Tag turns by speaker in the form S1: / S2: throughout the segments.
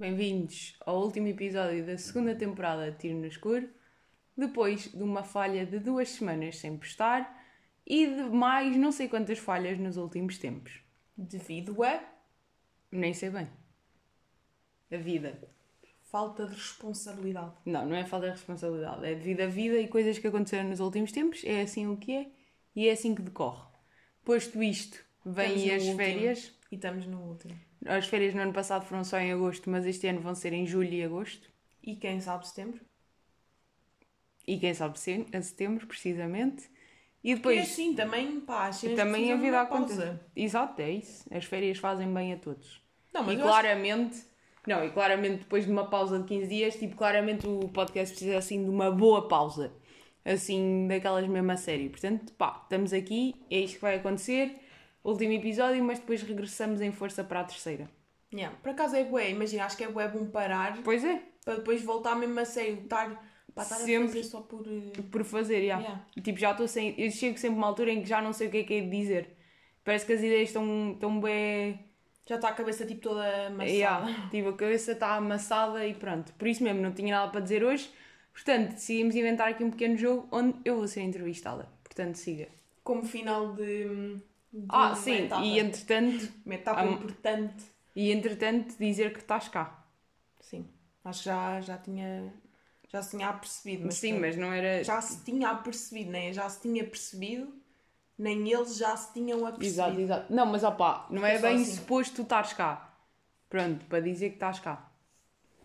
S1: Bem-vindos ao último episódio da segunda temporada de Tiro no Escuro, depois de uma falha de duas semanas sem postar e de mais não sei quantas falhas nos últimos tempos.
S2: devido a
S1: Nem sei bem. A vida.
S2: falta de responsabilidade.
S1: Não, não é falta de responsabilidade, é devido à vida e coisas que aconteceram nos últimos tempos, é assim o que é e é assim que decorre. Posto isto, vêm
S2: Estamos
S1: as
S2: no último.
S1: férias.
S2: E estamos no último.
S1: As férias no ano passado foram só em agosto, mas este ano vão ser em julho e agosto.
S2: E quem sabe setembro?
S1: E quem sabe se- a setembro, precisamente. E
S2: Pois.
S1: depois
S2: E assim, também, pá, as cenas
S1: também a
S2: precisam de
S1: vida
S2: uma
S1: acontece.
S2: pausa.
S1: Exato, é isso. As férias fazem bem a todos.
S2: Não, mas
S1: e
S2: eu
S1: claramente, não, e claramente depois de uma pausa de 15 dias, tipo, claramente o podcast precisa assim de uma boa pausa. Assim, daquelas mesmo a sério. Portanto, pá, estamos aqui, é isto que vai acontecer. Último episódio, mas depois regressamos em força para a terceira.
S2: acho- Yeah, Por acaso é bué, imagina, acho que é bué bom parar
S1: Pois é,
S2: para depois voltar mesmo a sério, estar, pá, estar
S1: Sempre.
S2: a fazer só por... eh,
S1: por fazer, já.
S2: Yeah.
S1: Tipo, já estou sem. Eu chego sempre a uma altura em que já não sei o que é que é de dizer. Parece que as ideias estão tão bem.
S2: Já está a cabeça tipo toda amassada.
S1: Yeah. Tipo, a cabeça está amassada e pronto. Por isso mesmo, não tinha nada para dizer hoje. Portanto, decidimos inventar aqui um pequeno jogo onde eu vou ser entrevistada. Portanto, siga.
S2: Como final de... de
S1: Ah,
S2: uma
S1: sim,
S2: etapa.
S1: e entretanto,
S2: Uma etapa
S1: Am-
S2: importante.
S1: e entretanto dizer que estás cá.
S2: Sim, acho que já, já tinha... Já se tinha apercebido. mas
S1: sim,
S2: pronto.
S1: mas não era.
S2: já se tinha apercebido, nem eu já se tinha percebido, nem eles já se tinham apercebido.
S1: Exato, exato. Não, mas opá, não é
S2: Ficou só
S1: bem
S2: assim.
S1: suposto tu estares cá. Pronto, para dizer que estás cá.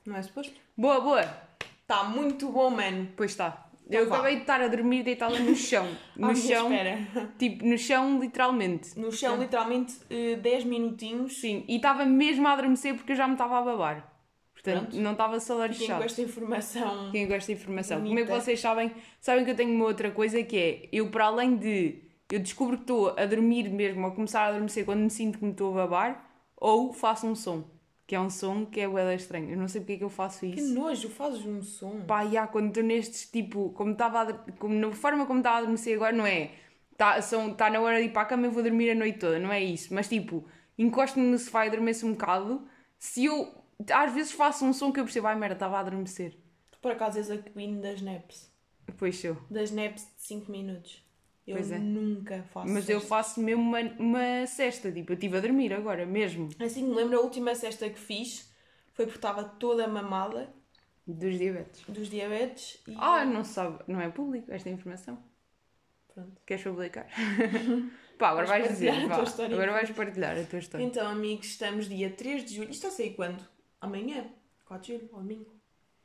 S2: Não é suposto?
S1: Boa, boa!
S2: Está muito bom, mano.
S1: Pois está.
S2: Então
S1: eu
S2: vá.
S1: acabei de estar a dormir deitada no chão.
S2: À
S1: No
S2: minha
S1: chão.
S2: espera.
S1: Tipo, no chão, literalmente.
S2: No chão, literalmente, eh, 10 minutinhos.
S1: Sim. E estava mesmo a adormecer porque eu já me estava a babar. Portanto,
S2: Pronto.
S1: não estava só de
S2: Fiquem com
S1: chão.
S2: esta informação.
S1: Quem gosta de informação. Como é
S2: Bonita.
S1: que vocês sabem? Sabem que eu tenho uma outra coisa que é, eu para além de eu descubro que estou a dormir mesmo ou começar a adormecer quando me sinto que me estou a babar, ou faço um som, que é um som que é bué estranho. Eu não sei porque é que eu faço
S2: Que
S1: isso.
S2: nojo, fazes um som.
S1: Pá, já, quando estou nestes, tipo, como estava a dor- como, na forma como estava a adormecer agora, não é? Está são, tá na hora de ir para a cama e vou dormir a noite toda, não é isso? Mas tipo, encosto-me no sofá e adormeço um bocado. Se eu, às vezes faço um som que eu percebo, ai merda, estava a adormecer.
S2: Tu por acaso és a Queen das naps.
S1: Pois sou.
S2: Das naps de 5 minutos. Eu
S1: Pois é.
S2: nunca faço
S1: Mas eu
S2: estas.
S1: faço mesmo uma, uma cesta, tipo, eu estive a dormir agora mesmo.
S2: Assim que me lembro, a última cesta que fiz foi porque estava toda mamada
S1: Dos diabetes.
S2: dos diabetes e...
S1: Ah, não se sabe, não é público esta informação.
S2: Pronto.
S1: Queres publicar? Pá, agora
S2: Vais
S1: vais dizer,
S2: partilhar a
S1: vá.
S2: tua história.
S1: Agora vais partilhar a tua história.
S2: Então, amigos, estamos dia 3 de julho. Isto a sair quando? Amanhã? 4 de julho, ou domingo.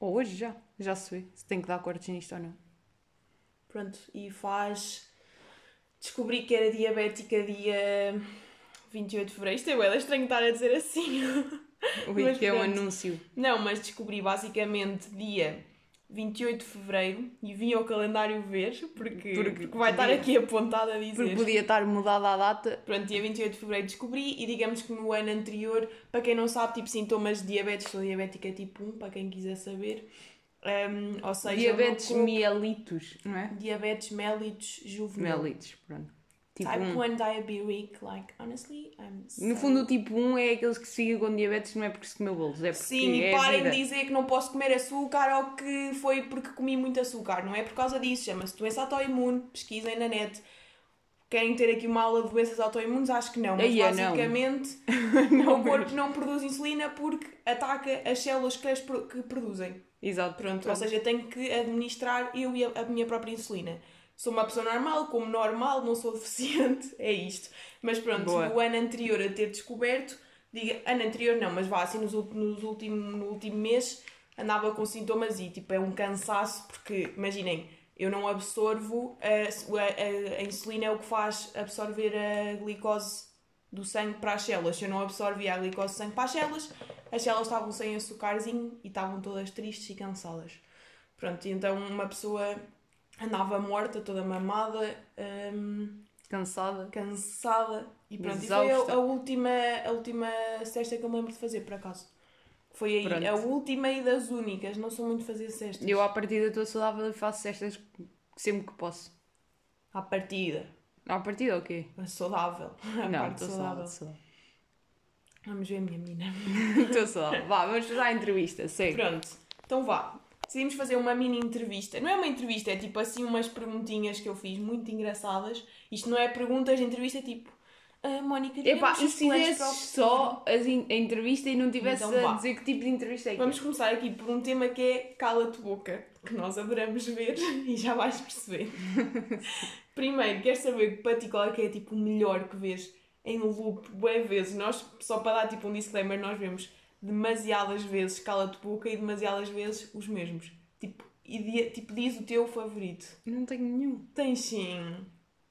S1: Ou hoje já, já se vê se tem que dar cortes nisto ou não.
S2: Pronto, e faz. Descobri que era diabética dia 28 de fevereiro. Isto é bué da estranho estar a dizer assim.
S1: Ui,
S2: Mas
S1: que é um
S2: pronto.
S1: anúncio.
S2: Não, mas descobri basicamente dia 28 de fevereiro e vim ao calendário ver, porque,
S1: Porque
S2: porque, vai estar
S1: podia.
S2: aqui apontado a dizer.
S1: Porque podia estar mudada a data.
S2: Pronto, dia 28 de fevereiro descobri e digamos que no ano anterior, para quem não sabe, tipo sintomas de diabetes, sou diabética tipo 1, para quem quiser saber. Ahm, ou seja,
S1: diabetes
S2: o meu
S1: mielitos, não é?
S2: corpo- diabetes mellitus juvenil.
S1: Mielitos, pronto. Tipo
S2: Type
S1: um.
S2: 1 diabetic, like, honestly, I'm
S1: No
S2: so-
S1: fundo, o tipo 1 é aqueles que se fica com diabetes, não é porque se comeu bolos, é porque
S2: Sim, e
S1: é a
S2: parem
S1: vida.
S2: de dizer que não posso comer açúcar ou que foi porque comi muito açúcar. Não é por causa disso, chama-se doença autoimune, pesquisem na net. Querem ter aqui uma aula de doenças autoimunes? Acho que não, mas
S1: Aí é, não.
S2: basicamente
S1: Não,
S2: o corpo não produz insulina porque ataca as células que, as pro- que produzem.
S1: Exato,
S2: Pronto, ou seja, tenho que administrar eu e a, a minha própria insulina. Sou uma pessoa normal, como normal, não sou deficiente, é isto. Mas pronto,
S1: Boa.
S2: o ano anterior a ter descoberto, diga, ano anterior não, mas vá assim nos, ul- nos último, no último mês andava com sintomas e tipo é um cansaço, porque imaginem, eu não absorvo, a, su- a, a- a insulina é o que faz absorver a glicose do sangue para as células. Se eu não absorvia a glicose do sangue para as células, as células estavam sem açucarzinho e estavam todas tristes e cansadas. Pronto, e então uma pessoa andava morta, toda mamada, hum,
S1: Cansada.
S2: cansada e pronto. E foi a,
S1: Exausta.
S2: a última, a última cesta que eu me lembro de fazer, por acaso. Foi aí,
S1: Pronto.
S2: a última e das únicas. Não sou muito de fazer cestas.
S1: Eu, à partida, estou saudável e faço cestas sempre que posso.
S2: À partida.
S1: À partida, o quê?
S2: Saudável. A
S1: Não,
S2: parte
S1: estou saudável.
S2: saudável.
S1: saudável.
S2: Vamos ver a minha menina.
S1: Estou só. Vá, vamos já à entrevista, segue.
S2: Pronto, então vá. Decidimos fazer uma mini entrevista. Não é uma entrevista, é tipo assim umas perguntinhas que eu fiz muito engraçadas. Isto não é perguntas de entrevista, é tipo. "Ah, Mónica,
S1: Epá,
S2: digamos
S1: e
S2: os
S1: se
S2: planos para o
S1: fizesses
S2: futuro."
S1: só as in- a entrevista e não tivesse
S2: Então vá.
S1: a dizer que tipo de entrevista é que
S2: Vamos começar aqui por um tema que é Cala-te Boca, que nós adoramos ver e já vais perceber. Primeiro, queres saber para ti qual é que é tipo, o melhor que vês em loop, bué vezes? Nós, só para dar tipo um disclaimer, nós vemos demasiadas vezes Cala-te Boca e demasiadas vezes os mesmos. Tipo, e di- tipo, diz o teu favorito.
S1: é? Não tenho nenhum.
S2: Tens sim.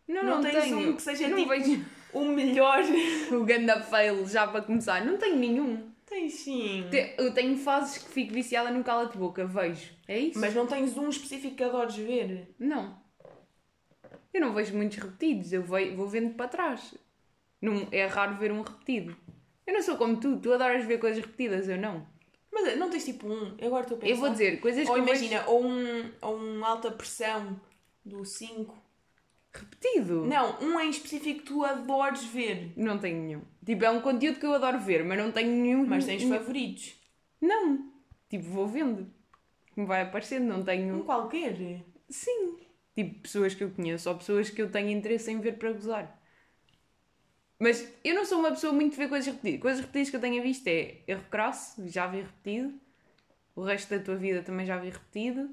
S1: Não, não,
S2: Não tens
S1: tenho.
S2: um que seja
S1: não
S2: tipo-
S1: vejo
S2: O melhor.
S1: o ganda fail já para começar. Não tenho nenhum.
S2: Tens sim.
S1: Te- Eu tenho fases que fico viciada no cala-te-boca, vejo. É isso?
S2: Mas não tens um específico que adores ver.
S1: Não. Eu não vejo muitos repetidos, eu ve- vou vendo para trás. Não, é raro ver um repetido. Eu não sou como tu, tu adoras ver coisas repetidas, eu não.
S2: Mas não tens tipo um. Eu agora estou a pensar.
S1: Eu vou dizer coisas
S2: Ou
S1: que eu vejo
S2: imagina, ou um, ou um alta pressão do 5.
S1: repetido.
S2: Não, um em específico que tu adores ver.
S1: Não tenho nenhum. Tipo, é um conteúdo que eu adoro ver, mas não tenho nenhum.
S2: Mas tens
S1: nenhum-
S2: favoritos.
S1: Não. Tipo, vou vendo. Me vai aparecendo, não
S2: Um
S1: tenho.
S2: qualquer.
S1: Sim. Tipo, pessoas que eu conheço ou pessoas que eu tenho interesse em ver para gozar. Mas eu não sou uma pessoa muito de ver coisas repetidas. Coisas repetidas que eu tenha visto é erro crasso, já vi repetido. O resto da tua vida também já vi repetido.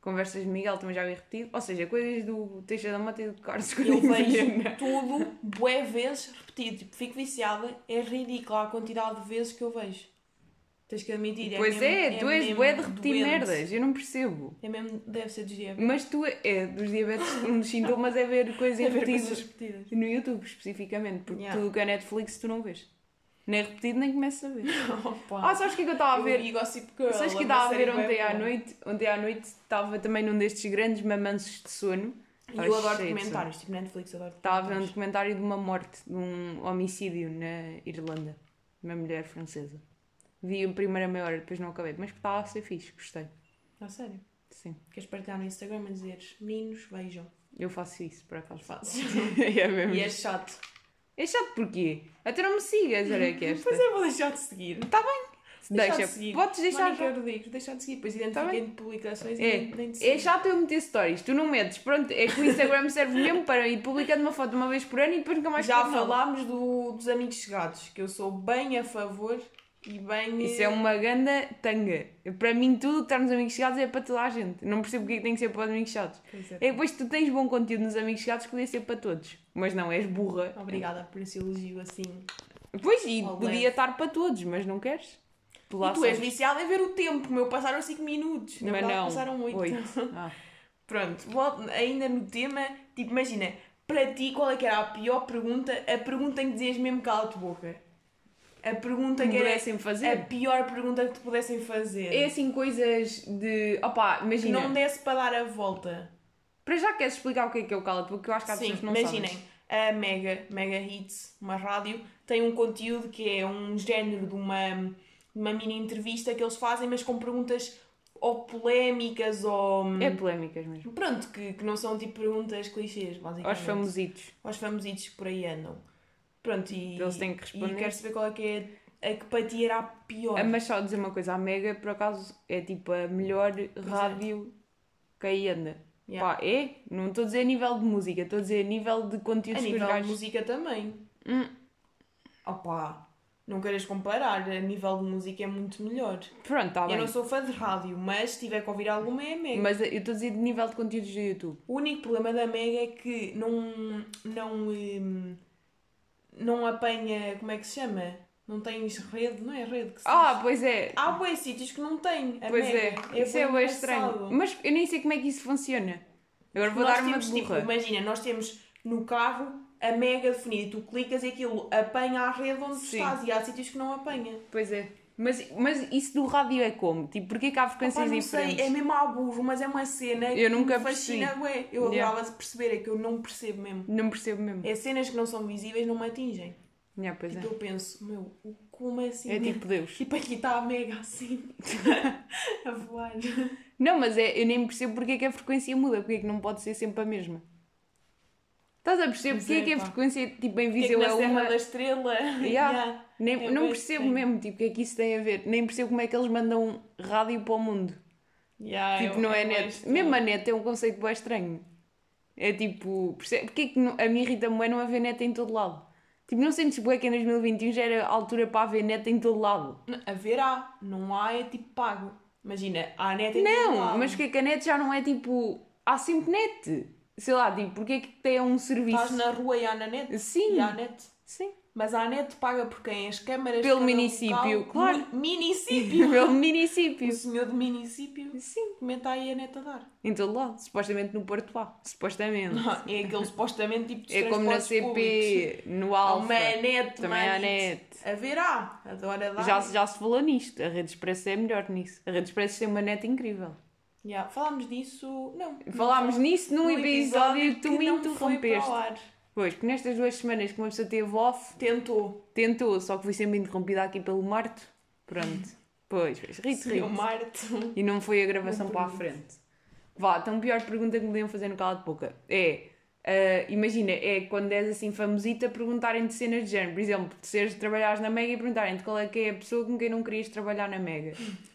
S1: Conversas de Miguel também já vi repetido. Ou seja, coisas do Teixeira da Mata e do Carlos
S2: Eu
S1: Coutinho Vilhena.
S2: vejo tudo bué vezes repetido. Tipo, fico viciada. É ridícula a quantidade de vezes que eu vejo. Tens que admitir.
S1: Pois é,
S2: mesmo-
S1: tu és
S2: mesmo
S1: bué de repetir
S2: doente.
S1: merdas, eu não percebo.
S2: É mesmo, deve ser dos diabetes.
S1: Mas tu é, é, dos diabetes, um dos sintomas é ver coisas
S2: É
S1: em
S2: ver
S1: repetidos.
S2: coisas repetidas.
S1: No YouTube especificamente, porque
S2: Yeah.
S1: tudo o que é Netflix tu não vês. Nem é repetido, nem começas a ver. Ah,
S2: Opa.
S1: sabes o que é que eu estava a
S2: eu
S1: ver?
S2: vi Gossip Girl,
S1: Sabes o que
S2: é
S1: eu
S2: uma
S1: estava a
S2: série
S1: ver
S2: bué
S1: ontem à
S2: boa.
S1: noite? Ontem à noite estava também num destes grandes mamanços de sono.
S2: E eu adoro
S1: Cheio de
S2: documentários. Tipo, Netflix adoro
S1: Estava a ver um documentário
S2: documentários.
S1: de uma morte, de um homicídio na Irlanda, de uma mulher francesa. Vi a primeira meia hora, depois não acabei, mas estava a ser fixe, gostei.
S2: A sério?
S1: Sim,
S2: Queres partilhar no Instagram a dizeres meninos, vejam.
S1: eu faço isso, por acaso.
S2: Fazes.
S1: é mesmo.
S2: e é chato.
S1: É chato porquê? Até não me sigas, era que esta.
S2: Pois é, vou deixar de seguir.
S1: Se deixa,
S2: Deixar de seguir.
S1: podes deixar.
S2: Mónica Rodrigues, deixar de seguir. Depois
S1: Tá bem.
S2: identifiquem de publicações
S1: É,
S2: e nem de
S1: É
S2: seguir.
S1: chato eu meter stories, tu não metes, pronto, é que o Instagram serve mesmo para ir publicando uma foto uma vez por ano e depois nunca mais
S2: Já
S1: publico nada.
S2: falámos do- dos amigos chegados, que eu sou bem a favor e bem...
S1: Isso é uma ganda tanga. Para mim tudo que está nos amigos chegados é para toda a gente. Não percebo porque é que tem que ser para os amigos chegados.
S2: Pois é.
S1: É que depois tu tens bom conteúdo nos amigos chegados, podia ser para todos. Mas não, és burra.
S2: Obrigada por esse elogio assim.
S1: Pois, e
S2: Ao
S1: podia
S2: leve.
S1: estar para todos, mas não queres. Tu lá
S2: e tu és
S1: sabes.
S2: viciada em ver o tempo. O meu passaram 5 minutos. Na
S1: Mas
S2: verdade,
S1: não,
S2: passaram 8.
S1: oito. Ah.
S2: Pronto, volto ainda no tema, tipo, imagina, para ti qual é que era a pior pergunta? A pergunta em que dizias mesmo cala-te boca. A pergunta
S1: Que
S2: que era
S1: pudessem fazer.
S2: a pior pergunta que te pudessem fazer.
S1: É assim coisas de. Opá,
S2: que
S1: imagina.
S2: não desse para dar a volta.
S1: Para já queres explicar o que é que é o cala porque eu acho que há
S2: Sim,
S1: pessoas que não
S2: imaginem,
S1: sabem.
S2: a Mega, Mega Hits, uma rádio, tem um conteúdo que é um género de uma, de uma mini entrevista que eles fazem, mas com perguntas ou polémicas ou. hum,
S1: É polémicas mesmo.
S2: Pronto, que, que não são tipo perguntas clichês, basicamente.
S1: Aos famositos.
S2: aos famositos que por aí andam. Pronto, e,
S1: Eles têm que responder.
S2: e quero saber qual é que é a que para ti era a pior.
S1: Ah, Mas só dizer uma coisa, a Mega por acaso é tipo a melhor rádio que aí anda.
S2: é. Yeah.
S1: Pá, é? Não estou a dizer a nível de música, estou a dizer a nível de
S2: a
S1: conteúdos que os
S2: nível de
S1: gajos.
S2: música também.
S1: Hum.
S2: Opa, não queiras comparar, a nível de música é muito melhor.
S1: Pronto, está Tá
S2: eu
S1: bem.
S2: não sou fã de rádio, mas se tiver que ouvir alguma é a Mega.
S1: Mas eu estou a dizer de nível de conteúdos do YouTube.
S2: O único problema da Mega é que não. não. hum, não apanha. como é que se chama? Não tens rede, não é rede que se
S1: Ah,
S2: diz.
S1: pois é.
S2: Há bué sítios que não tem. A
S1: pois
S2: Ah, Mega.
S1: é. Isso é
S2: bué
S1: bem
S2: engraçado.
S1: estranho. Mas eu nem sei como é que isso funciona. Agora vou
S2: nós
S1: dar uma
S2: temos,
S1: de
S2: tipo,
S1: burra.
S2: imagina, nós temos no carro a mega definida, tu clicas e aquilo apanha a rede onde tu
S1: Sim.
S2: estás e há sítios que não apanha.
S1: Pois é. Mas, mas isso do rádio é como? Tipo, porquê que há
S2: Opa,
S1: frequências
S2: não
S1: diferentes?
S2: sei, é mesmo ao burro, mas é uma cena
S1: Eu nunca
S2: me fascina, ué. Eu
S1: Yeah.
S2: adorava de perceber, é que eu não percebo mesmo.
S1: Não percebo mesmo.
S2: É cenas que não são visíveis, não me atingem.
S1: Yeah, pois é.
S2: Tipo, eu penso, meu, o- como é assim?
S1: É tipo Deus.
S2: Tipo, aqui está a mega assim, a voar.
S1: Não, mas é, eu nem percebo porque é que a frequência muda, porque é que não pode ser sempre a mesma. Estás a perceber
S2: Pois
S1: porque é,
S2: é,
S1: que a
S2: pá.
S1: frequência tipo, em
S2: Porque é que
S1: Viseu
S2: na
S1: é
S2: Serra
S1: uma.
S2: da Estrela.
S1: Yeah. Nem,
S2: Eu
S1: não
S2: vejo,
S1: percebo
S2: sim.
S1: mesmo tipo, o que é que isso tem a ver. Nem percebo como é que eles mandam rádio para o mundo.
S2: Yeah,
S1: tipo,
S2: Ah, eu-
S1: não é
S2: eu
S1: net.
S2: gosto.
S1: Mesmo a net é um conceito bem estranho. É tipo, percebe? Porque é que não- a mim irrita-me bué não haver net em todo lado? Tipo, não sentes bué que em 2021 já era a altura para haver net em todo lado?
S2: Haverá, não há, é tipo pago. Imagina, há net em todo
S1: Não,
S2: lado.
S1: mas que a net já não é tipo. Há sempre net. Sei lá, tipo, porque é que tem um
S2: Estás
S1: serviço?
S2: na rua e há na net.
S1: Sim.
S2: E há net.
S1: Sim.
S2: Mas a net paga por quem? As câmaras de
S1: Pelo
S2: cada um
S1: município,
S2: local.
S1: claro.
S2: Mi- Minicípio.
S1: Pelo É
S2: o
S1: município.
S2: senhor do município
S1: Sim.
S2: comenta aí a net a dar.
S1: Em todo lado. Supostamente no Porto A. Supostamente.
S2: É aquele supostamente tipo de
S1: É como na
S2: transportes públicos.
S1: CP, no
S2: Há
S1: Alfa.
S2: Uma é net,
S1: Também
S2: uma
S1: há net.
S2: Haverá. Adora dar.
S1: Já, já se falou nisto. A Rede Expresso é melhor nisso. A Rede Expresso tem uma net incrível.
S2: Yeah, Falámos disso. Não. um
S1: Falámos nisso num episódio que tu me
S2: não foi para o
S1: interrompeste.
S2: ar.
S1: Pois, que nestas duas semanas que uma pessoa teve off,
S2: Tentou.
S1: tentou, só que fui sempre interrompida aqui pelo Marte. Pronto. Pois, pois. Rito,
S2: Seria o
S1: rito.
S2: Marte.
S1: E não foi a gravação
S2: Não
S1: para a frente. Vá, então a pior pergunta que me deviam fazer no cala de boca é. ah, imagina, é quando és assim famosita perguntarem-te cenas de género. Por exemplo, de seres trabalhares na Mega e perguntarem-te qual é que é a pessoa com quem não querias trabalhar na Mega.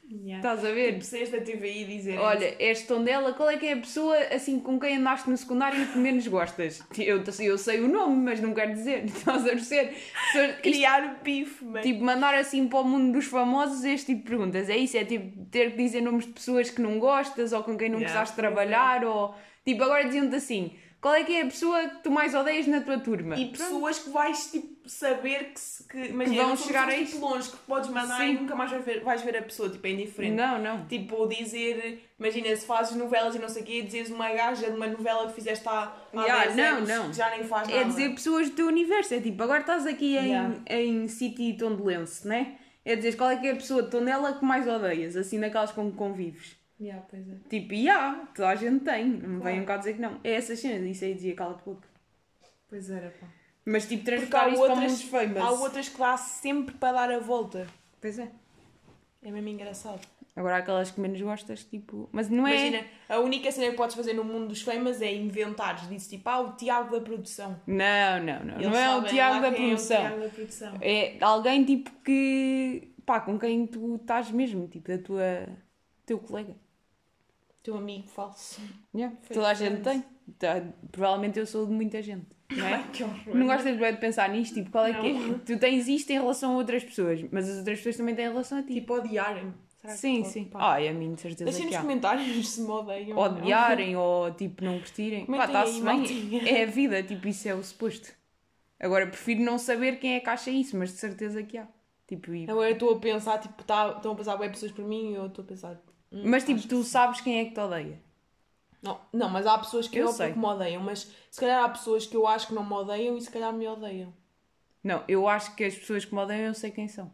S2: Yeah.
S1: Estás a ver?
S2: Tipo, seis da TVI dizerem
S1: Olha, és Tondela, qual é que é a pessoa assim com quem andaste no secundário e que menos gostas? Eu, eu sei o nome, mas não quero dizer. Estás a perceber? Pessoas- isto,
S2: criar um bife, mas
S1: Tipo, mandar assim para o mundo dos famosos este tipo de perguntas. É isso, é tipo ter que dizer nomes de pessoas que não gostas ou com quem não
S2: Yeah,
S1: gostaste de
S2: pois é.
S1: trabalhar ou... Tipo, agora diziam-te assim, qual é que é a pessoa que tu mais odeias na tua turma?
S2: e pessoas que vais tipo, saber que, se- que imagina,
S1: vão
S2: não são
S1: chegar
S2: pessoas,
S1: a
S2: tipo, longe, que podes mandar
S1: Sim.
S2: e nunca mais vais ver, vais ver a pessoa, tipo, é indiferente.
S1: Não, não.
S2: Tipo, dizer, imagina, se fazes novelas e não sei o quê, dizes uma gaja de uma novela que fizeste há, há
S1: Yeah,
S2: 10
S1: não,
S2: anos,
S1: não.
S2: que já nem faz nada.
S1: É dizer pessoas do teu universo. É tipo, agora estás aqui em,
S2: Yeah.
S1: em City Tondelense, né? É dizer qual é que é a pessoa de Tondela que mais odeias, assim daquelas com que convives.
S2: Yeah, pois é.
S1: Tipo, e há, toda a gente tem. Não
S2: Claro.
S1: venham cá dizer que não. É essas cenas, isso aí dizia cala-te boca.
S2: Pois era, pá.
S1: Mas tipo,
S2: Porque há
S1: transportar isso para
S2: outras,
S1: mundos famous.
S2: há outras que dá sempre para dar a volta.
S1: Pois é.
S2: É mesmo engraçado.
S1: Agora há aquelas que menos gostas, tipo. Mas não é.
S2: Imagina, a única cena que podes fazer no mundo dos famous é inventares. Dizes tipo, ah, o Tiago da produção.
S1: Não, não, não.
S2: Eles
S1: não é o
S2: sabem lá
S1: Tiago da
S2: quem é o
S1: produção.
S2: Tiago da produção.
S1: É alguém tipo que. pá, com quem tu estás mesmo, tipo, da tua. teu colega.
S2: Teu amigo falso.
S1: Yeah.
S2: Foi
S1: Toda a gente
S2: diferente.
S1: tem. Tá, provavelmente eu sou de muita gente. Não, é?
S2: Ai, que horror.
S1: não gostas bem de pensar nisto? Tipo, qual é que é?
S2: Não.
S1: Tu tens isto em relação a outras pessoas, mas as outras pessoas também têm em relação a ti.
S2: Tipo, odiarem-me. Será que
S1: sim,
S2: pode?
S1: sim.
S2: Pá.
S1: Ai, a mim de certeza
S2: Deixem
S1: que
S2: nos
S1: há.
S2: comentários se me odeiam. ou não.
S1: Odiarem ou tipo não curtirem. Pá,
S2: Comentem
S1: está-se
S2: aí,
S1: bem.
S2: maltinha.
S1: É a vida, tipo, isso é o suposto. Agora, prefiro não saber quem é que acha isso, mas de certeza que há. Tipo, e-
S2: Agora eu estou a pensar, tipo, tá, estão a passar bem pessoas por mim e eu estou a pensar. "Hum,
S1: Mas tipo, tu sabes quem é que te odeia.
S2: Não, não, mas há pessoas que
S1: Eu
S2: eu,
S1: sei.
S2: que me odeiam, mas se calhar há pessoas que eu acho que não me odeiam e se calhar me odeiam.
S1: Não, eu acho que as pessoas que me odeiam eu sei quem são.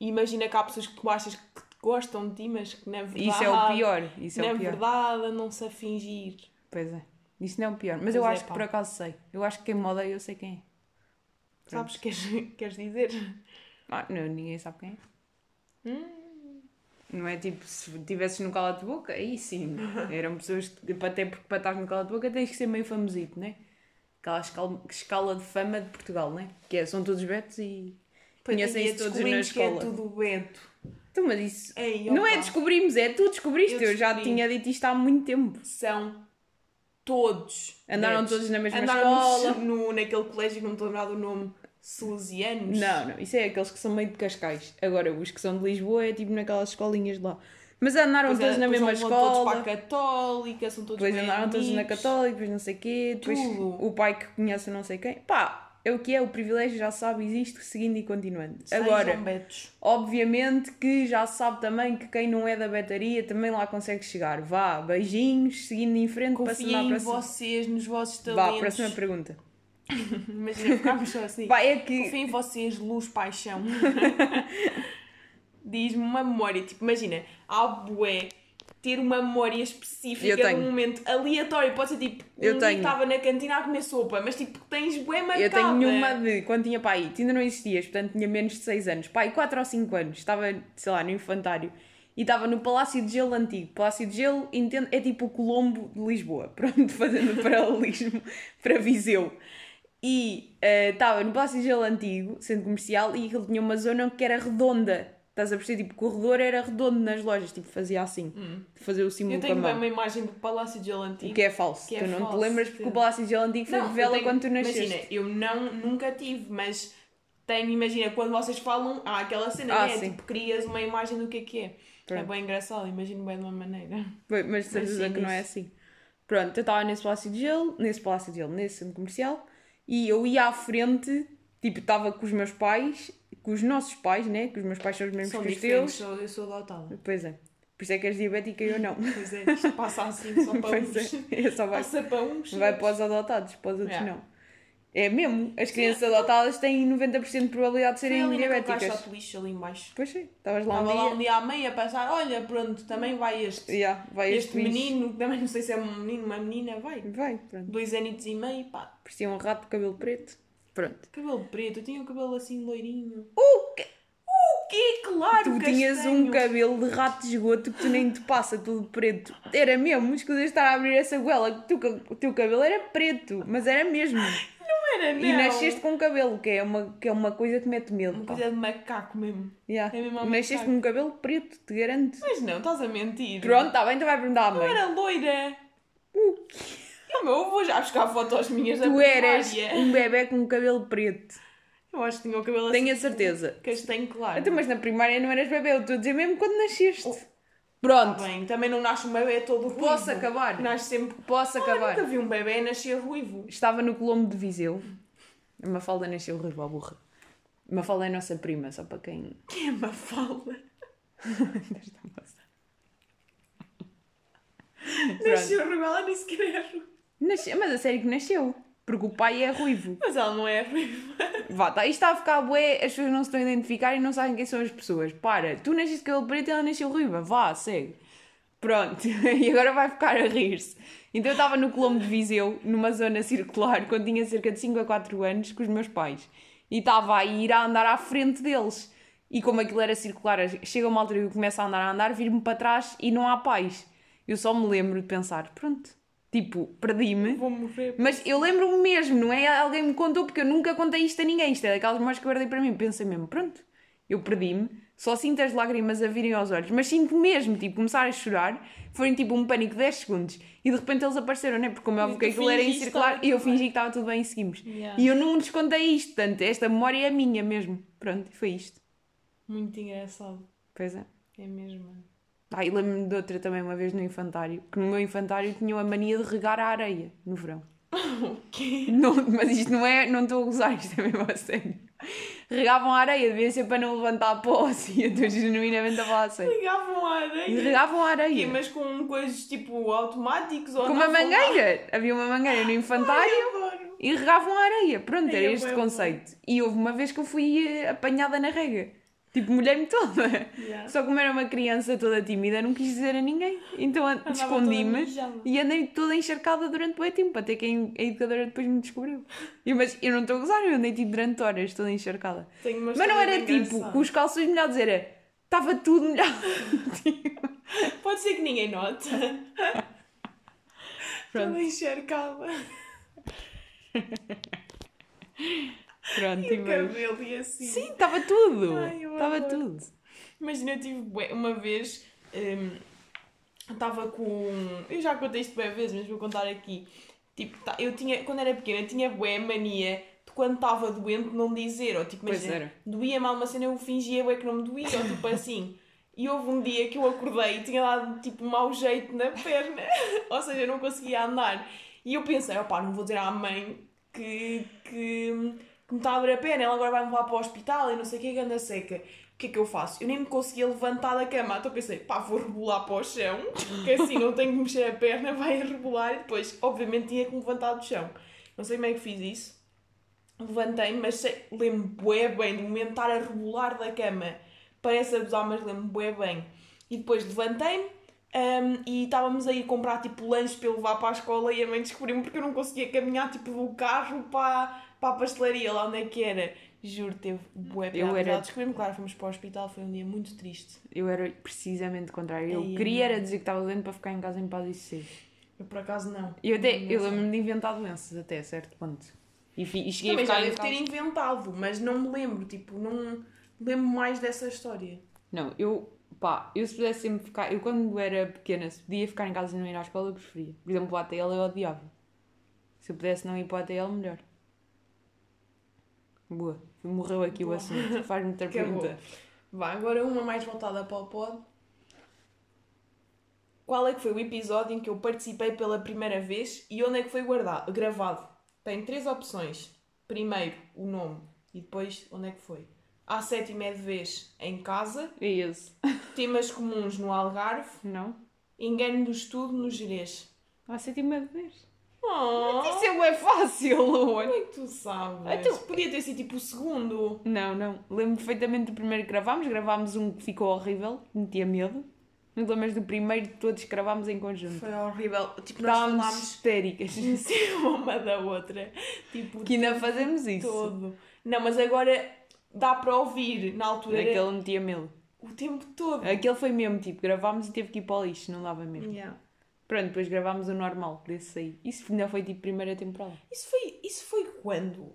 S2: E imagina que há pessoas que tu achas que gostam de ti, mas que na verdade.
S1: Isso é o pior. Isso é
S2: na
S1: o pior.
S2: verdade andam-se a fingir.
S1: Pois é. Isso não é o pior. Mas
S2: Pois
S1: eu
S2: é,
S1: acho que
S2: pá.
S1: por acaso sei. Eu acho que quem me odeia eu sei quem é. Pronto.
S2: Sabes? Queres, queres dizer?
S1: Ah, não, ninguém sabe quem é.
S2: Hum.
S1: Não é tipo, se tivesses no cala de boca, aí sim. Eram pessoas que, tipo, até porque para estar no cala de boca tens que ser meio famosito, não é? Aquela escala, escala de fama de Portugal, não é? Que é, são todos betos e conhecem-se
S2: E
S1: todos na
S2: descobrimos
S1: escola.
S2: Que é tudo bento.
S1: Então, mas isso.
S2: Ei,
S1: não é
S2: opa.
S1: descobrimos, é tu descobriste. Eu,
S2: Eu
S1: já
S2: descobri.
S1: tinha dito isto há muito tempo.
S2: são todos.
S1: Andaram
S2: netos.
S1: todos na mesma
S2: Andaram
S1: escola.
S2: No, naquele colégio que não me estou a lembrar do nome, Salesianos.
S1: Não, não, isso é aqueles que são meio de Cascais. Agora, os que são de Lisboa é tipo naquelas escolinhas lá. Mas andaram
S2: Pois é,
S1: todos na
S2: depois
S1: mesma
S2: vão Todos para
S1: escola.
S2: a Católica, são todos
S1: Depois
S2: bem
S1: andaram todos na
S2: amigos.
S1: Católica, depois não sei quê, depois
S2: Tudo.
S1: o pai que conhece não sei quem. Pá, é o que é, o privilégio já sabe, existe, seguindo e continuando.
S2: Sejam
S1: Agora,
S2: betos.
S1: obviamente que já sabe também que quem não é da betaria também lá consegue chegar. Vá, beijinhos, seguindo em frente, passando
S2: Confiem
S1: à
S2: em
S1: próxima.
S2: vocês, nos vossos
S1: Vá,
S2: talentos.
S1: próxima pergunta.
S2: Imagina, ficámos só assim.
S1: Pá, é que.
S2: Confiem em vocês, luz, paixão. Diz-me uma memória. Tipo, imagina, há bué ter uma memória
S1: Eu
S2: específica de
S1: tenho.
S2: um momento aleatório. Pode ser tipo, um
S1: Eu
S2: dia
S1: tenho.
S2: estava na cantina a comer sopa, mas tipo, tens bué marcada.
S1: Eu tenho uma de quando tinha pai, tu ainda não existias, portanto tinha menos de 6 anos, pai, 4 ou 5 anos, estava, sei lá, no infantário. E estava no Palácio de Gelo Antigo. Palácio de Gelo entendo, é tipo o Colombo de Lisboa, pronto, fazendo paralelismo para Viseu. E eh, estava no Palácio de Gelo Antigo, centro comercial, e aquilo tinha uma zona que era redonda. Estás a perceber? Tipo, o corredor era redondo nas lojas, tipo, fazia assim. Fazia o símbolo
S2: Hum. Eu
S1: com a
S2: tenho bem
S1: mão.
S2: uma imagem do Palácio de Gelantinho.
S1: O que é falso.
S2: que é
S1: tu não
S2: falso,
S1: te lembras porque
S2: que-
S1: o Palácio de Gelo Antigo foi de vela quando tu nasceste.
S2: Imagina, eu não, nunca tive, mas tenho, imagina, quando vocês falam, há aquela cena,
S1: Ah,
S2: né?
S1: sim.
S2: tipo, crias uma imagem do que é que é. É
S1: Pronto.
S2: bem engraçado, imagino bem de uma maneira.
S1: Foi, mas de
S2: Mas
S1: certeza
S2: sim,
S1: que não é assim. Pronto, eu estava nesse palácio de gelo, nesse palácio de gelo, nesse centro comercial, e eu ia à frente, tipo, estava com os meus pais, com os nossos pais, né? Que os meus pais são os mesmos
S2: São
S1: que os
S2: diferentes,
S1: teus.
S2: sou, eu sou adotada.
S1: Pois é. Por isso é que és diabética e eu não.
S2: Pois é, isto passa assim só para
S1: pois
S2: uns.
S1: é. Eu só vai,
S2: Passa para uns.
S1: vai para os adotados, para os outros
S2: Yeah.
S1: não. É mesmo. As crianças adotadas têm 90% de probabilidade de
S2: Foi
S1: serem
S2: ali naquele
S1: diabéticas.
S2: caixote de lixo ali embaixo.
S1: Pois é. Estavas lá um
S2: Estava lá um
S1: dia.
S2: dia à meia a pensar, olha, pronto, também vai este.
S1: Yeah, vai
S2: Este,
S1: este, bicho.
S2: menino, que também não sei se é um menino, uma menina, vai.
S1: Vai, pronto.
S2: Dois anitos e meio, pá.
S1: Parecia um rato de cabelo preto. Pronto.
S2: Cabelo preto, eu tinha o cabelo assim loirinho.
S1: O que-
S2: O quê? Claro
S1: Tu
S2: que
S1: tinhas um cabelo de rato de esgoto que tu nem te passa, tudo preto. Era mesmo, escusas de estar a abrir essa goela, que tu- o teu cabelo era preto, mas era mesmo.
S2: Não era, não.
S1: E nasceste com cabelo, que é uma, que é uma coisa que mete medo.
S2: Uma
S1: pá.
S2: coisa de macaco mesmo.
S1: Yeah.
S2: é mesmo ao
S1: Nasceste
S2: macaco.
S1: com um cabelo preto, te garanto.
S2: Mas não, estás a mentir.
S1: Pronto, está bem, então vai perguntar à
S2: Eu
S1: mãe.
S2: era loira. E o meu avô já buscar fotos minhas da
S1: Tu eras
S2: primária.
S1: um bebê com cabelo preto.
S2: Eu acho que tinha o cabelo
S1: Tenho a
S2: assim
S1: certeza.
S2: castanho claro.
S1: Até mas na primária não eras bebê, eu estou a dizer mesmo quando nasceste.
S2: Oh, Tá
S1: Pronto,
S2: bem, também não nasce um bebê todo ruivo.
S1: posso acabar?
S2: Nasce sempre...
S1: Posso acabar?
S2: Eu nunca vi um bebê nascer ruivo.
S1: Estava no Colombo de Viseu. A Mafalda nasceu ruiva à burra. A Mafalda é a nossa prima, só para quem.
S2: Que é Mafalda?
S1: Desta moça. Pronto.
S2: Nasceu ruivo, ela nem sequer é ruiva.
S1: Nasceu, mas a sério que nasceu. Porque o pai é ruivo.
S2: Mas ela não é ruiva.
S1: Vá, tá, isto está a ficar bué, as pessoas não se estão a identificar e não sabem quem são as pessoas. Para, tu nasceste de cabelo preto e ela nasceu ruiva. Vá, segue. Pronto, e agora vai ficar a rir-se. Então eu estava no Colombo de Viseu, numa zona circular, quando tinha cerca de 5 a 4 anos, com os meus pais. E estava a ir a andar à frente deles. E como aquilo era circular, chega uma altura e eu começo a andar a andar, vir-me para trás e não há paz. Eu só me lembro de pensar, pronto, tipo, perdi-me.
S2: Vou morrer.
S1: Mas eu lembro-me mesmo, não é? Alguém me contou, porque eu nunca contei isto a ninguém. Isto é daquelas memórias que eu guardei para mim. Pensei mesmo, pronto, eu perdi-me. Só sinto as lágrimas a virem aos olhos. Mas sinto mesmo, tipo, começar a chorar. Foram tipo um pânico de 10 segundos. E de repente eles apareceram, né? Porque como eu
S2: E
S1: vi que
S2: tu
S1: aquilo era em
S2: fingiste que
S1: circular,
S2: estava
S1: e eu
S2: tudo bem.
S1: fingi que estava tudo bem e seguimos.
S2: Yeah.
S1: E eu não descontei isto, portanto, esta memória é minha mesmo. Pronto, foi isto.
S2: Muito engraçado.
S1: Pois é.
S2: É mesmo.
S1: Ah, e lembro-me de outra também, uma vez no infantário, que no meu infantário tinham a mania de regar a areia no verão.
S2: O quê?
S1: Não, mas isto não é, não estou a gozar, isto é mesmo a sério. Regavam a areia, devia ser para não levantar a pó, assim, eu estou genuinamente a falar a sério.
S2: Ligavam a
S1: E
S2: areia.
S1: regavam a
S2: Quê?
S1: areia.
S2: Mas com coisas tipo automáticos ou
S1: Com
S2: não
S1: uma mangueira. Havia uma mangueira no
S2: Ai,
S1: infantário
S2: eu adoro.
S1: e regavam a areia. Pronto,
S2: Ai, é
S1: era
S2: eu
S1: este
S2: vou-
S1: conceito. E houve uma vez que eu fui eh, apanhada na rega. Tipo, molhei-me toda.
S2: Yeah.
S1: Só como era uma criança toda tímida, não quis dizer a ninguém. Então an-
S2: toda
S1: escondi-me
S2: mijada.
S1: e andei toda encharcada durante bem tempo, até que a a educadora depois me descobriu. E, mas eu não estou a gozar, eu andei tipo durante horas toda encharcada.
S2: Tenho uma
S1: mas não
S2: história
S1: era
S2: bem
S1: tipo,
S2: engraçada.
S1: com os calções molhados, era. Estava tudo molhado.
S2: Pode ser que ninguém note.
S1: Pronto.
S2: Toda encharcada.
S1: Pronto,
S2: E
S1: e
S2: o
S1: bem.
S2: cabelo e assim.
S1: Sim, estava tudo.
S2: Ai, eu
S1: Estava
S2: adoro.
S1: tudo.
S2: Imagina, eu tive bué- uma vez. hum, Estava com. Eu já contei isto bem vezes, mas vou contar aqui. Tipo, tá- eu tinha, quando era pequena, tinha bué mania de quando estava doente não dizer. Ou tipo,
S1: Pois
S2: imagina,
S1: era.
S2: doía mal uma cena, eu fingia bué que não me doía. Ou tipo assim. E houve um dia que eu acordei e tinha dado tipo um mau jeito na perna. ou seja, eu não conseguia andar. E eu pensei, opá, não vou dizer à mãe que, que, que me está a doer a perna, ela agora vai me levar para o hospital e não sei o que, que anda seca. O que é que eu faço? Eu nem me conseguia levantar da cama, então pensei, pá, vou rebolar para o chão, que assim não tenho que mexer a perna, vai a rebolar e depois, obviamente, tinha que me levantar do chão. Não sei como é que fiz isso. Levantei-me, mas sei- lembro-me bué bem de me estar a rebolar da cama. Parece abusar, mas lembro-me bué bem. E depois levantei-me hum, e estávamos aí a comprar tipo lanche para eu levar para a escola e a mãe descobriu-me porque eu não conseguia caminhar tipo do carro para, para a pastelaria, lá onde é que era. Juro, teve bué
S1: Eu
S2: piada.
S1: era-
S2: Era... Descobrimos, claro, fomos para o hospital, foi um dia muito triste.
S1: Eu era precisamente o contrário. Eu
S2: Ei,
S1: queria era
S2: não.
S1: dizer que estava doente para ficar em casa em paz e sossego.
S2: Eu por acaso não.
S1: Eu até,
S2: Não é.
S1: eu
S2: sei.
S1: lembro-me de inventar doenças até a certo ponto. E, fi- e cheguei
S2: Também
S1: a ficar
S2: já
S1: em
S2: devo
S1: casa.
S2: ter inventado, mas não me lembro, tipo, não me lembro mais dessa história.
S1: Não, eu, pá, eu se pudesse sempre ficar, eu quando era pequena, se podia ficar em casa e não ir à escola, eu preferia. Por exemplo, o ATL eu odiava. Se eu pudesse não ir para o ATL, melhor. Boa, morreu aqui
S2: Boa.
S1: o assunto. Faz-me outra
S2: Acabou.
S1: pergunta.
S2: Vá, agora uma mais voltada para o pod. Qual é que foi o episódio em que eu participei pela primeira vez e onde é que foi guardado, gravado? Tem três opções. Primeiro, o nome e depois onde é que foi. A sétima é de vez em casa,
S1: É esse,
S2: temas comuns no Algarve,
S1: não?
S2: engano do estudo no Jerez.
S1: Ah, senti-me a dever.
S2: Oh,
S1: Isso é bué fácil, amor.
S2: como é que tu sabes?
S1: Então-
S2: Podia ter sido tipo o segundo.
S1: Não, não. Lembro perfeitamente do primeiro que gravámos. Gravámos um que ficou horrível, que metia medo. Não te lembras do primeiro de todos que gravámos em conjunto?
S2: Foi horrível. Tipo, nós
S1: Estávamos
S2: falámos
S1: histéricas.
S2: em cima uma da outra. Tipo,
S1: Que ainda fazemos isso.
S2: todo. Não, mas agora dá para ouvir na altura era
S1: Naquele metia medo.
S2: o tempo todo.
S1: Aquele foi mesmo, tipo, gravámos e teve que ir para o lixo, não dava mesmo.
S2: Yeah.
S1: Pronto, depois gravámos o normal desse aí. Isso ainda foi tipo primeira temporada.
S2: Isso, foi, isso foi quando?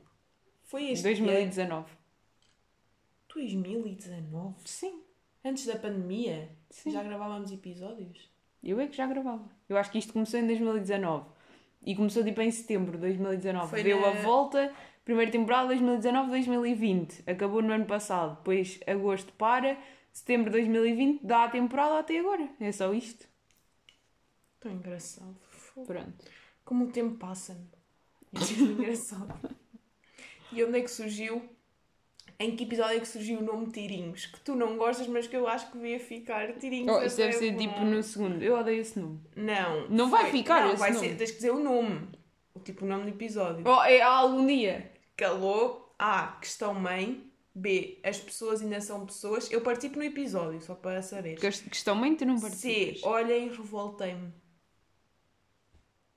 S2: Foi este ano?
S1: 2019.
S2: 2019?
S1: Sim,
S2: Antes da pandemia?
S1: sim.
S2: Já gravávamos episódios?
S1: Eu é que já gravava. Eu acho que isto começou em 2019. E começou tipo em setembro de 2019.
S2: Foi
S1: Deu
S2: na-
S1: a volta, primeira temporada 2019-2020. Acabou no ano passado. Depois agosto para, setembro de 2020 dá a temporada até agora. É só isto.
S2: Tão engraçado. Fogo.
S1: Pronto.
S2: Como o tempo passa. É mesmo engraçado. E onde é que surgiu? Em que episódio é que surgiu o nome Tirinhos? Que tu não gostas, mas que eu acho que devia ficar Tirinhos.
S1: Oh, isto
S2: até
S1: deve ser
S2: bom.
S1: tipo no segundo. Eu odeio esse nome.
S2: Não.
S1: Não vai
S2: Foi-
S1: ficar
S2: Não,
S1: esse
S2: vai
S1: nome.
S2: ser. Tens que dizer o nome. O tipo, o nome do episódio.
S1: Oh, é algum dia.
S2: Calou. A. Questão mãe. B. As pessoas ainda são pessoas. Eu participo no episódio, só para saber.
S1: Que estão muito não
S2: C.
S1: participas.
S2: Olhem, revoltei-me.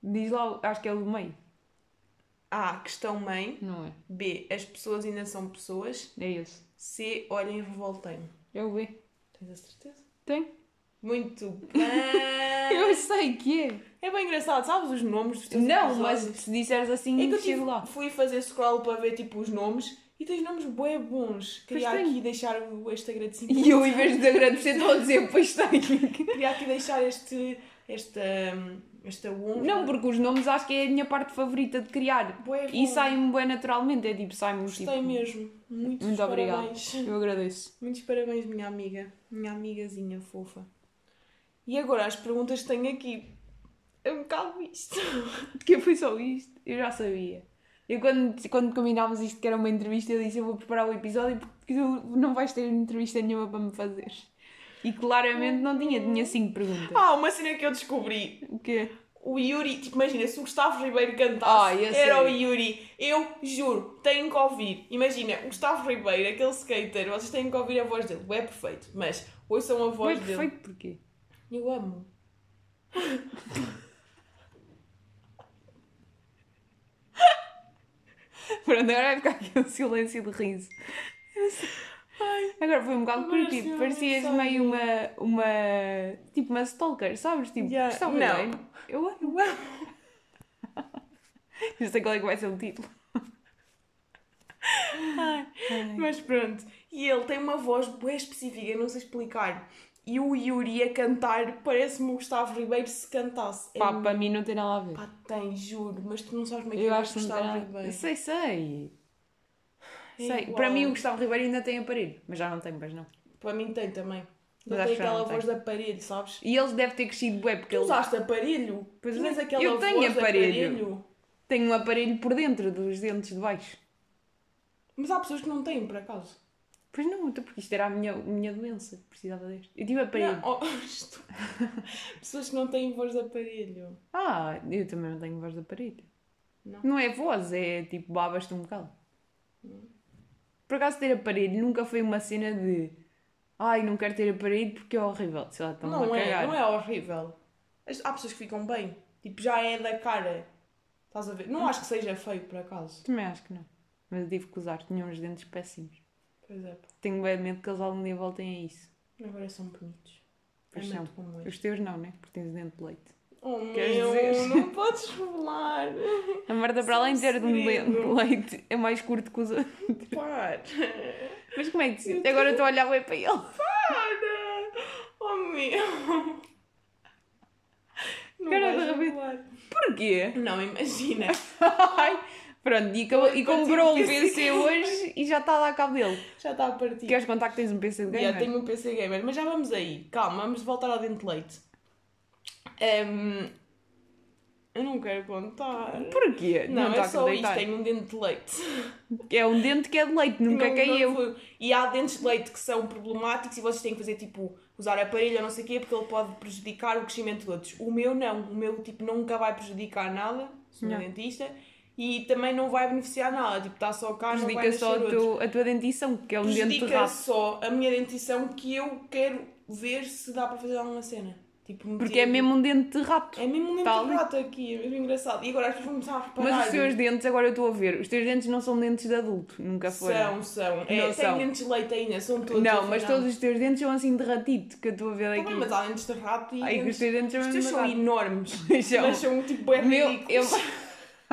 S1: Diz lá, acho que é o do meio.
S2: A. Questão mãe.
S1: Não é?
S2: B. As pessoas ainda são pessoas.
S1: É esse.
S2: C. Olhem, revoltei-me.
S1: É o B.
S2: Tens a certeza?
S1: Tem?
S2: Muito bem!
S1: Eu sei que é.
S2: é bem engraçado, sabes Ah. os nomes dos teus
S1: Não, mas
S2: episódios?
S1: se disseres assim,
S2: É que eu
S1: chego
S2: tive-
S1: lá.
S2: fui fazer scroll para ver tipo os nomes e tens nomes bué bons. Queria
S1: tenho.
S2: aqui deixar o- este agradecimento.
S1: E eu, em vez de agradecer, estou a dizer, pois tem.
S2: Queria aqui deixar este. hum, um. esta. esta honra.
S1: Não, porque os nomes acho que é a minha parte favorita de criar.
S2: bué bom.
S1: E saem-me bem naturalmente. É tipo, saem-me
S2: Uhum. Gostei
S1: tipo.
S2: mesmo. Muitos
S1: Muito obrigada.
S2: parabéns.
S1: Eu agradeço.
S2: Muitos parabéns, minha amiga. Minha amigazinha fofa. E agora as perguntas que tenho aqui. É um bocado isto.
S1: Porque foi só isto. Eu já sabia. Eu quando, quando combinámos isto que era uma entrevista, eu disse eu vou preparar o episódio porque tu não vais ter entrevista nenhuma para me fazer. E claramente não tinha, tinha cinco perguntas.
S2: Ah, uma cena que eu descobri.
S1: O quê?
S2: O Yuri, tipo, imagina, se o Gustavo Ribeiro
S1: Ah,
S2: cantasse,
S1: ia
S2: era
S1: ser.
S2: o Yuri. Eu juro, têm que ouvir. Imagina, o Gustavo Ribeiro, aquele skater, vocês têm que ouvir a voz dele. É perfeito, mas ouçam a
S1: Foi
S2: voz dele.
S1: perfeito porquê?
S2: Eu amo.
S1: Pronto, agora vai ficar aqui um silêncio de riso.
S2: Ai,
S1: Agora foi um bocado
S2: Agora
S1: creepy.
S2: sim,
S1: Parecias
S2: sabe.
S1: meio uma, uma. Tipo uma stalker, sabes? Tipo,
S2: Yeah,
S1: Gustavo
S2: não.
S1: Ribeiro. Eu amo.
S2: eu amo.
S1: Eu sei qual é que vai ser o título. Ai.
S2: Mas pronto. E ele tem uma voz bem específica, eu não sei explicar. E o Yuri a cantar, parece-me o Gustavo Ribeiro se cantasse. É
S1: Pá, para mim não tem nada a ver.
S2: Pá, tem, juro, mas tu não sabes como é que
S1: Eu
S2: é o
S1: acho que não tem
S2: Gustavo
S1: nada a
S2: Ribeiro.
S1: Sei, sei.
S2: É
S1: sei.
S2: igual.
S1: Para mim o Gustavo Ribeiro ainda tem aparelho, mas já não tem, mas não.
S2: Para mim tem também.
S1: Mas
S2: Não
S1: acho que
S2: tem
S1: já
S2: aquela
S1: não tem.
S2: voz de aparelho, sabes?
S1: E eles devem ter crescido web porque
S2: Tu
S1: ele
S2: usaste aparelho?
S1: Pois
S2: Tinhas
S1: é.
S2: aquela
S1: Eu tenho
S2: voz de
S1: aparelho. tem um aparelho por dentro dos dentes de baixo.
S2: Mas há pessoas que não têm, por acaso.
S1: Pois não, então, porque isto era a minha, a minha doença, precisava deste. Eu tive aparelho.
S2: Não, oh, isto- pessoas que não têm voz de aparelho.
S1: Ah, eu também não tenho voz de aparelho.
S2: Não.
S1: é voz, é tipo babas-te um bocado. Por acaso ter aparelho nunca foi uma cena de ai, não quero ter aparelho porque é horrível. Sei lá, estão-me
S2: Não
S1: a
S2: é,
S1: cagar.
S2: não é horrível. As- Há pessoas que ficam bem. Tipo, já é da cara. Estás a ver? Não acho que seja feio, por acaso.
S1: Também acho que não. Mas eu tive que usar, tinha uns dentes péssimos.
S2: Pois é, pá.
S1: Tenho bem medo que eles algum dia voltem a isso.
S2: Agora são bonitos.
S1: Pois
S2: é
S1: são.
S2: muito bom mesmo.
S1: Os teus não, né? Porque tens dente de leite.
S2: Oh
S1: Queres
S2: meu,
S1: dizer?
S2: não podes revelar.
S1: A merda, para
S2: Só
S1: além de ter de um dente de
S2: segredo.
S1: leite, é mais curto que os outros.
S2: Para.
S1: Mas como é que te sentes? Agora estou a olhar bem para ele.
S2: Para. Oh meu. Não
S1: Cara,
S2: vais
S1: de repente-
S2: revelar.
S1: Porquê?
S2: Não, imagina.
S1: Ai, pronto, e, acabou- e comprou um
S2: Partiu o
S1: PC hoje e já está a dar cabo dele.
S2: Já está a partir.
S1: Queres contar que tens um PC de
S2: Já
S1: gamer?
S2: tenho um PC gamer, mas já vamos aí. Calma, vamos voltar ao dente de leite. Ahm, eu não quero contar.
S1: Porquê?
S2: Não,
S1: está
S2: é
S1: a
S2: só isto,
S1: deitar.
S2: tenho um dente de leite.
S1: É um dente que é de leite, nunca
S2: Não-
S1: caiu.
S2: não foi- E há dentes de leite que são problemáticos e vocês têm que fazer tipo usar aparelho ou não sei o quê porque ele pode prejudicar o crescimento de outros. O meu não, o meu tipo nunca vai prejudicar nada, sou
S1: Não.
S2: dentista, e também não vai beneficiar nada, tipo está só cá, não vai
S1: Prejudica
S2: nascer
S1: só a,
S2: outro.
S1: teu- a tua dentição, que é um dente de
S2: Prejudica
S1: rato.
S2: só a minha dentição que eu quero ver se dá para fazer alguma cena. Tipo, meter-
S1: Porque é mesmo um dente de rato.
S2: É mesmo um dente
S1: Tá
S2: de
S1: ali.
S2: rato aqui, é mesmo engraçado. E agora as pessoas começaram a reparar.
S1: Mas os teus dentes, agora eu estou a ver, os teus dentes não são dentes de adulto, nunca foram.
S2: São, são. É,
S1: Não
S2: tem
S1: são.
S2: dentes de leite ainda, são todos.
S1: não, mas
S2: afinal.
S1: todos os teus dentes são assim de ratito, que eu estou a ver
S2: Tá
S1: aqui.
S2: bem, mas há dentes de rato e.
S1: Ai, que os
S2: dentes-
S1: teus dentes são
S2: Os
S1: mesmo
S2: teus
S1: de
S2: são
S1: rato.
S2: enormes.
S1: São.
S2: Mas são tipo bem
S1: Meu,
S2: ridículos.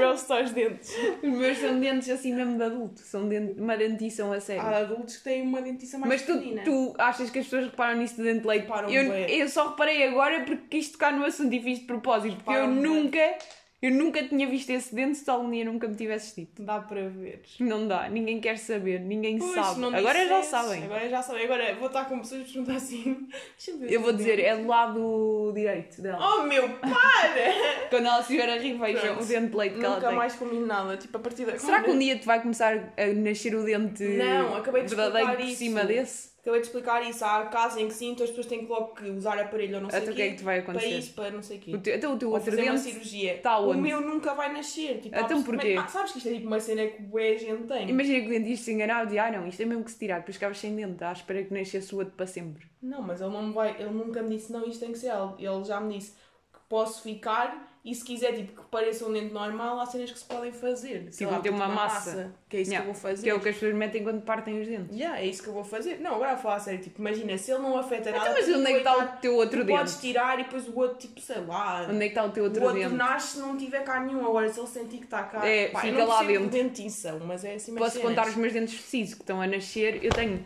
S2: Roast aos dentes.
S1: Os meus são dentes assim mesmo de adulto, são dente- uma dentição a sério.
S2: Há adultos que têm uma dentição Ah, mais
S1: Mas tu,
S2: pequenina.
S1: tu achas que as pessoas reparam nisso de dente de leite?
S2: Reparam
S1: eu,
S2: bué.
S1: eu só reparei agora porque quis tocar no assunto e fiz de propósito, porque eu
S2: Reparam bué.
S1: nunca, eu nunca tinha visto esse dente se algum dia nunca me tivesse tido.
S2: Dá para ver.
S1: Não dá, ninguém quer saber, ninguém
S2: Pois,
S1: sabe.
S2: não
S1: Agora já
S2: disseste.
S1: sabem.
S2: Agora já sabem. Agora vou estar com pessoas que perguntam assim. "Deixa ver
S1: Eu
S2: os
S1: vou
S2: teus
S1: dizer,
S2: dentes."
S1: é do lado direito dela.
S2: Oh meu, para!
S1: Quando ela estiver a rir, vejam
S2: Oh. Pronto.
S1: o dente de leite que ela
S2: Nunca
S1: tem.
S2: mais combino nada. Tipo, a partir da
S1: Será que um dia te vai começar a nascer o dente
S2: Não, acabei de
S1: verdadeiro
S2: explicar
S1: por
S2: isso.
S1: cima desse?
S2: Acabei de explicar isso. Há casos em que sim, então as pessoas têm que logo que usar aparelho ou não sei
S1: Até o
S2: quê,
S1: que é que te vai
S2: Para
S1: acontecer?
S2: isso, para não sei o quê.
S1: O teu, até o teu
S2: Ou
S1: outro
S2: fazer uma
S1: dente.
S2: cirurgia.
S1: tá
S2: o
S1: onde?
S2: meu nunca vai nascer. Tipo, há
S1: Então
S2: pessoas-
S1: porquê?
S2: Ah, sabes que isto é tipo uma cena que bué gente tem?
S1: Imagina que o dentista se enganava de ah não, isto é mesmo que se tirar, depois ficavas sem dente, à espera que nascesse o outro para sempre.
S2: Não, mas ele não vai, ele nunca me disse não, isto tem que ser ele. Ele já me disse que posso ficar e se quiser tipo que pareça um dente normal, há cenas que se podem fazer. Sei
S1: Tipo,
S2: lá,
S1: ter
S2: tipo,
S1: uma massa.
S2: Que é isso
S1: Yeah.
S2: que eu vou fazer.
S1: Que é o que as pessoas metem quando partem os dentes.
S2: Yeah, é isso que eu vou fazer. Não, agora a falar a sério, tipo, imagina, se ele não afeta nada.
S1: Então, mas
S2: tu
S1: onde é que
S2: coitado,
S1: está o teu outro
S2: tu Podes
S1: dente?
S2: tirar e depois o outro, tipo, sei lá.
S1: Onde é que está o teu
S2: o
S1: outro
S2: outro
S1: dente?
S2: nasce se não tiver cá nenhum. Agora, se ele sentir que está cá.
S1: É,
S2: pá, eu
S1: fica
S2: não
S1: lá
S2: percebo de dentição, mas é assim mas
S1: Posso contar os meus dentes precisos que estão a nascer? Eu tenho.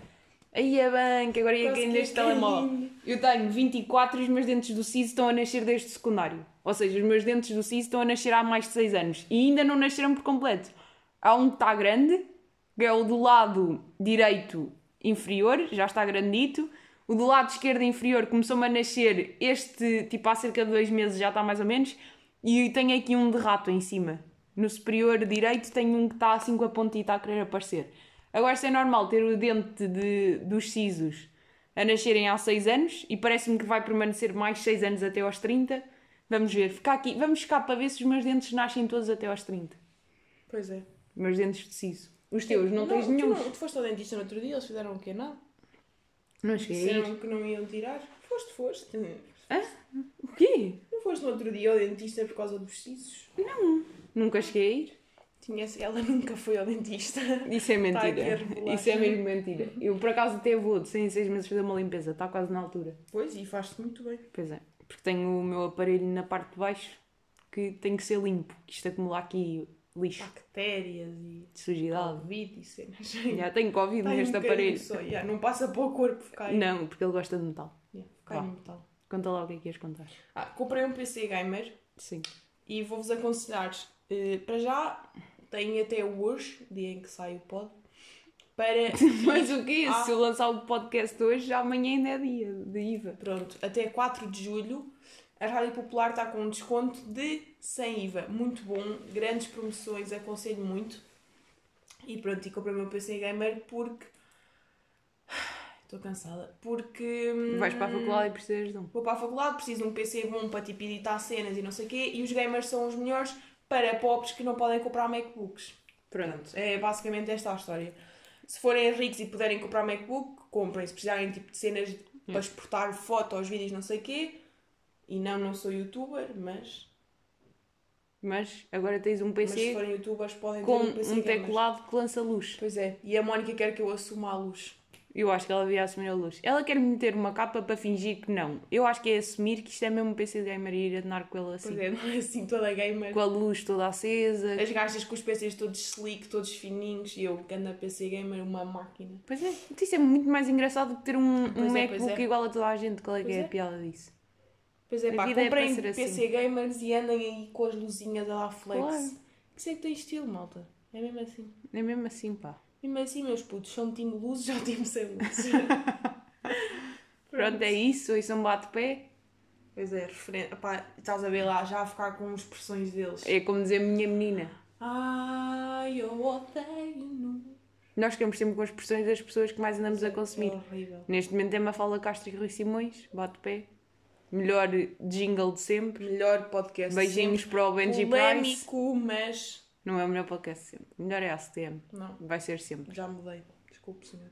S1: Aí é bem, que agora ia
S2: Quase
S1: cair
S2: que ia
S1: neste telemóvel.
S2: cair.
S1: Eu tenho 24 e os meus dentes do siso estão a nascer desde o secundário. Ou seja, os meus dentes do siso estão a nascer há mais de 6 anos e ainda não nasceram por completo. Há um que está grande, que é o do lado direito inferior, já está grandito. O do lado esquerdo inferior começou-me a nascer este, tipo, há cerca de dois meses já está mais ou menos. E tenho aqui um de rato em cima. No superior direito tenho um que está assim com a ponta e está a querer aparecer. Agora, se é normal ter o dente de, dos sisos a nascerem há 6 anos e parece-me que vai permanecer mais 6 anos até aos 30. Vamos ver, ficar aqui, vamos ficar para ver se os meus dentes nascem todos até aos 30.
S2: Pois é.
S1: Os meus dentes de siso. Os teus, não, tens
S2: tu
S1: nenhum.
S2: não- Tu foste ao dentista no outro dia, eles fizeram o quê? Nada.
S1: Não cheguei. a ir.
S2: Disseram que não iam tirar. Foste, foste. Não
S1: O quê?
S2: foste no outro dia ao dentista por causa dos sisos.
S1: Nunca cheguei a ir.
S2: Tinha ela nunca foi ao dentista.
S1: Isso é
S2: Tá aqui a
S1: mentira.
S2: revelar.
S1: Isso é mesmo mentira. Eu por acaso até vou, de 100 em 6 meses, fazer uma limpeza. Está quase na altura.
S2: Pois, e faz-te muito bem.
S1: Pois é, porque tenho o meu aparelho na parte de baixo que tem que ser limpo, que isto acumula aqui lixo
S2: Bactérias e
S1: de sujidade.
S2: Covid e cenas.
S1: Já tenho Covid
S2: Cai um
S1: neste
S2: bocadinho
S1: aparelho.
S2: Só, yeah, não passa para o corpo, cai.
S1: Não, porque ele gosta de metal.
S2: Yeah, cai
S1: Hum. Vá.
S2: no metal.
S1: Conta lá o que é que ias contar.
S2: Ah, comprei um PC gamer
S1: Sim.
S2: e vou-vos aconselhar. eh, para já, tenho até hoje, dia em que sai o pod, para.
S1: Mas o que é?
S2: Ah.
S1: Se eu lançar o podcast hoje, amanhã ainda é dia de IVA.
S2: Pronto, até 4 de julho, a Rádio Popular está com um desconto de 100 IVA. Muito bom, grandes promoções, aconselho muito. E pronto, e comprei o meu PC Gamer porque. Estou cansada. Porque. hum,
S1: Vais para a faculdade e precisas de um.
S2: Vou para a faculdade, preciso de um PC bom para tipo editar cenas e não sei o quê. E os gamers são os melhores para pobres que não podem comprar MacBooks. Pronto, é basicamente esta a história. Se forem ricos e puderem comprar MacBook, comprem. Se precisarem tipo, de cenas
S1: Hum.
S2: para exportar fotos, vídeos, não sei o quê. E não, não sou youtuber, mas
S1: mas agora tens um
S2: Mas se
S1: PC
S2: forem youtubers podem
S1: com
S2: ter um PC
S1: um
S2: gamer.
S1: teclado que lança luz.
S2: Pois é. E a Mónica quer que eu assuma a luz.
S1: Eu acho que ela devia assumir a luz. Ela quer meter uma capa para fingir que não. Eu acho que é assumir que isto é mesmo um PC gamer e ir adenar com ele assim.
S2: Pois é, não é assim toda gamer.
S1: Com a luz toda acesa.
S2: As gajas com os PCs todos slick, todos fininhos. E eu, que anda PC gamer, uma máquina.
S1: Pois é, isso é muito mais engraçado do que ter um, um
S2: Pois é, pois
S1: MacBook
S2: é.
S1: igual a toda a gente. Qual é que
S2: Pois
S1: é
S2: é.
S1: a piada disso?
S2: Pois é,
S1: A
S2: pá,
S1: vida é
S2: comprem
S1: para ser
S2: PC
S1: assim.
S2: gamers e andem aí com as luzinhas a dar flex.
S1: Claro.
S2: Isso é que tem estilo, malta. É mesmo assim.
S1: É mesmo assim, pá.
S2: Mesmo assim, meus putos, são time luzes ou time sem luzes.
S1: Pronto, é isso. Isso é um bate-pé.
S2: pois é, referente. Pá, estás a ver lá já a ficar com as expressões deles.
S1: É como dizer minha menina.
S2: Ai, eu odeio-no.
S1: Nós ficamos sempre com as pressões das pessoas que mais andamos a
S2: É
S1: consumir.
S2: horrível.
S1: Neste momento é Mafalda Castro e Rui Simões. Bate-pé. Melhor jingle de sempre.
S2: Melhor podcast.
S1: Beijinhos para o Benji Price.
S2: Polémico, mas.
S1: Não é o melhor podcast de sempre. O melhor é a ACTM.
S2: Não,
S1: Vai ser sempre.
S2: já mudei. Desculpe, senhor.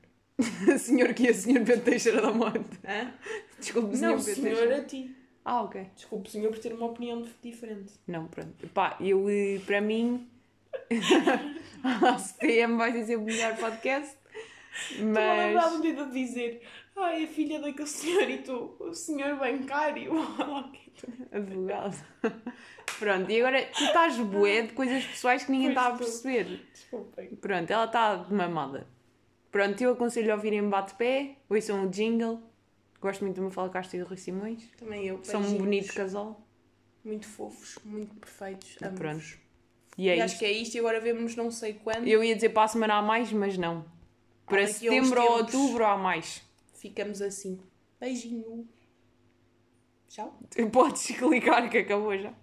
S1: senhor que é senhor Pedro Teixeira da Morte.
S2: Hã?
S1: Desculpe, senhor
S2: Não,
S1: Pedro
S2: senhor,
S1: Teixeira.
S2: a ti.
S1: Ah, ok.
S2: Desculpe, senhor, por ter uma opinião diferente.
S1: Não, pronto. Pá, eu, eh, para mim, a ACTM vai ser sempre o melhor podcast.
S2: Estou a
S1: Mas.
S2: lembrar-me de eu dizer. Ai, a filha daquele senhor e tu, o senhor bancário.
S1: Advogado. Pronto, e agora tu estás bué de coisas pessoais que ninguém
S2: Pois
S1: está a
S2: estou.
S1: perceber.
S2: Desculpem.
S1: Pronto, ela está de mamada. Pronto, eu aconselho a ouvirem Bate-Pé, ouçam o jingle. Gosto muito de uma fala Castro e do Rui Simões.
S2: Também eu.
S1: São um
S2: beijinhos.
S1: bonito casal.
S2: Muito fofos, muito perfeitos.
S1: E
S2: ambos.
S1: pronto. E
S2: E
S1: é
S2: acho
S1: isto.
S2: que é isto e agora vemos não sei quando.
S1: Eu ia dizer para a semana há mais, mas não. Para
S2: daqui a uns
S1: setembro ou
S2: tempos.
S1: outubro há mais.
S2: Ficamos assim. Beijinho. Tchau.
S1: Podes clicar que acabou já.